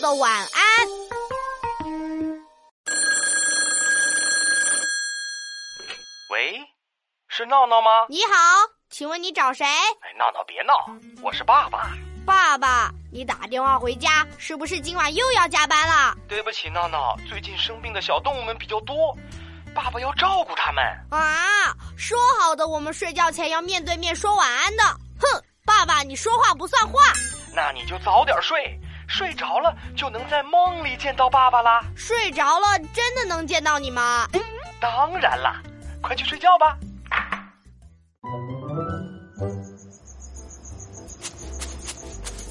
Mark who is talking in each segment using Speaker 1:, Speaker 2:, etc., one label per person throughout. Speaker 1: 个晚安。
Speaker 2: 喂，是闹闹吗？
Speaker 1: 你好，请问你找谁？
Speaker 2: 哎，闹闹别闹，我是爸爸。
Speaker 1: 爸爸，你打电话回家是不是今晚又要加班了？
Speaker 2: 对不起，闹闹，最近生病的小动物们比较多，爸爸要照顾它们。
Speaker 1: 啊，说好的我们睡觉前要面对面说晚安的，哼，爸爸你说话不算话。
Speaker 2: 那你就早点睡，睡着了就能在梦里见到爸爸啦。
Speaker 1: 睡着了真的能见到你吗？
Speaker 2: 当然啦，快去睡觉吧。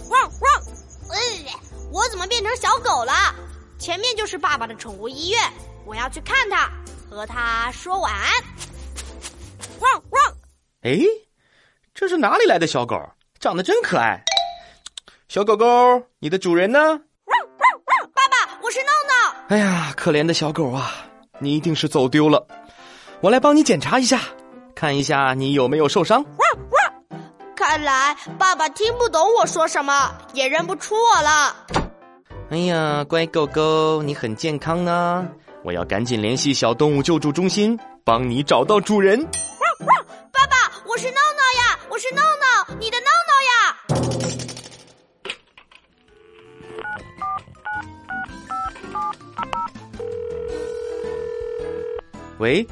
Speaker 1: 汪汪！哎，我怎么变成小狗了？前面就是爸爸的宠物医院，我要去看它，和它说晚安。汪汪！
Speaker 3: 哎，这是哪里来的小狗？长得真可爱。小狗狗，你的主人呢？
Speaker 1: 爸爸，我是闹闹。
Speaker 3: 哎呀，可怜的小狗啊，你一定是走丢了。我来帮你检查一下，看一下你有没有受伤。
Speaker 1: 看来爸爸听不懂我说什么，也认不出我了。
Speaker 3: 哎呀，乖狗狗，你很健康呢、我要赶紧联系小动物救助中心，帮你找到主人。
Speaker 1: 爸爸，我是闹闹呀，我是闹闹，你的闹闹呀。
Speaker 3: 喂，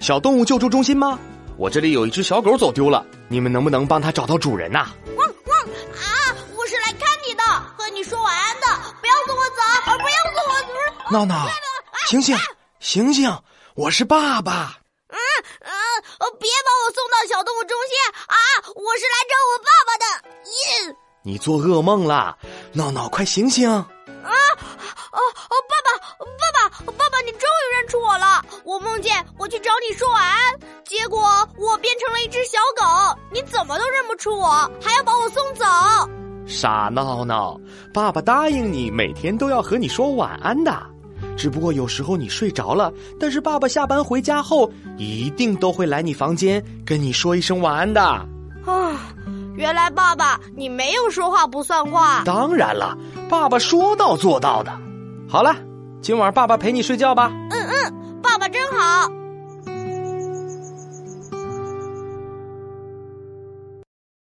Speaker 3: 小动物救助中心吗？我这里有一只小狗走丢了，你们能不能帮它找到主人呐、
Speaker 1: 啊，我是来看你的，和你说晚安的，不要送我走，啊不要送我走。
Speaker 3: 闹闹，醒醒，醒醒，我是爸爸。
Speaker 1: 啊，呃别把我送到小动物中心啊！我是来找我爸爸的。耶！
Speaker 3: 你做噩梦啦，闹闹，快醒醒！
Speaker 1: 哦哦，爸爸，爸爸，爸爸，你终于认出我了！我梦见我去找你说晚安，结果我变成了一只小狗，你怎么都认不出我，还要把我送走。
Speaker 3: 傻闹闹，爸爸答应你每天都要和你说晚安的，只不过有时候你睡着了，但是爸爸下班回家后一定都会来你房间跟你说一声晚安的。
Speaker 1: 啊，原来爸爸你没有说话不算话。
Speaker 3: 当然了，爸爸说到做到的。好了，今晚爸爸陪你睡觉吧。
Speaker 1: 爸爸真好，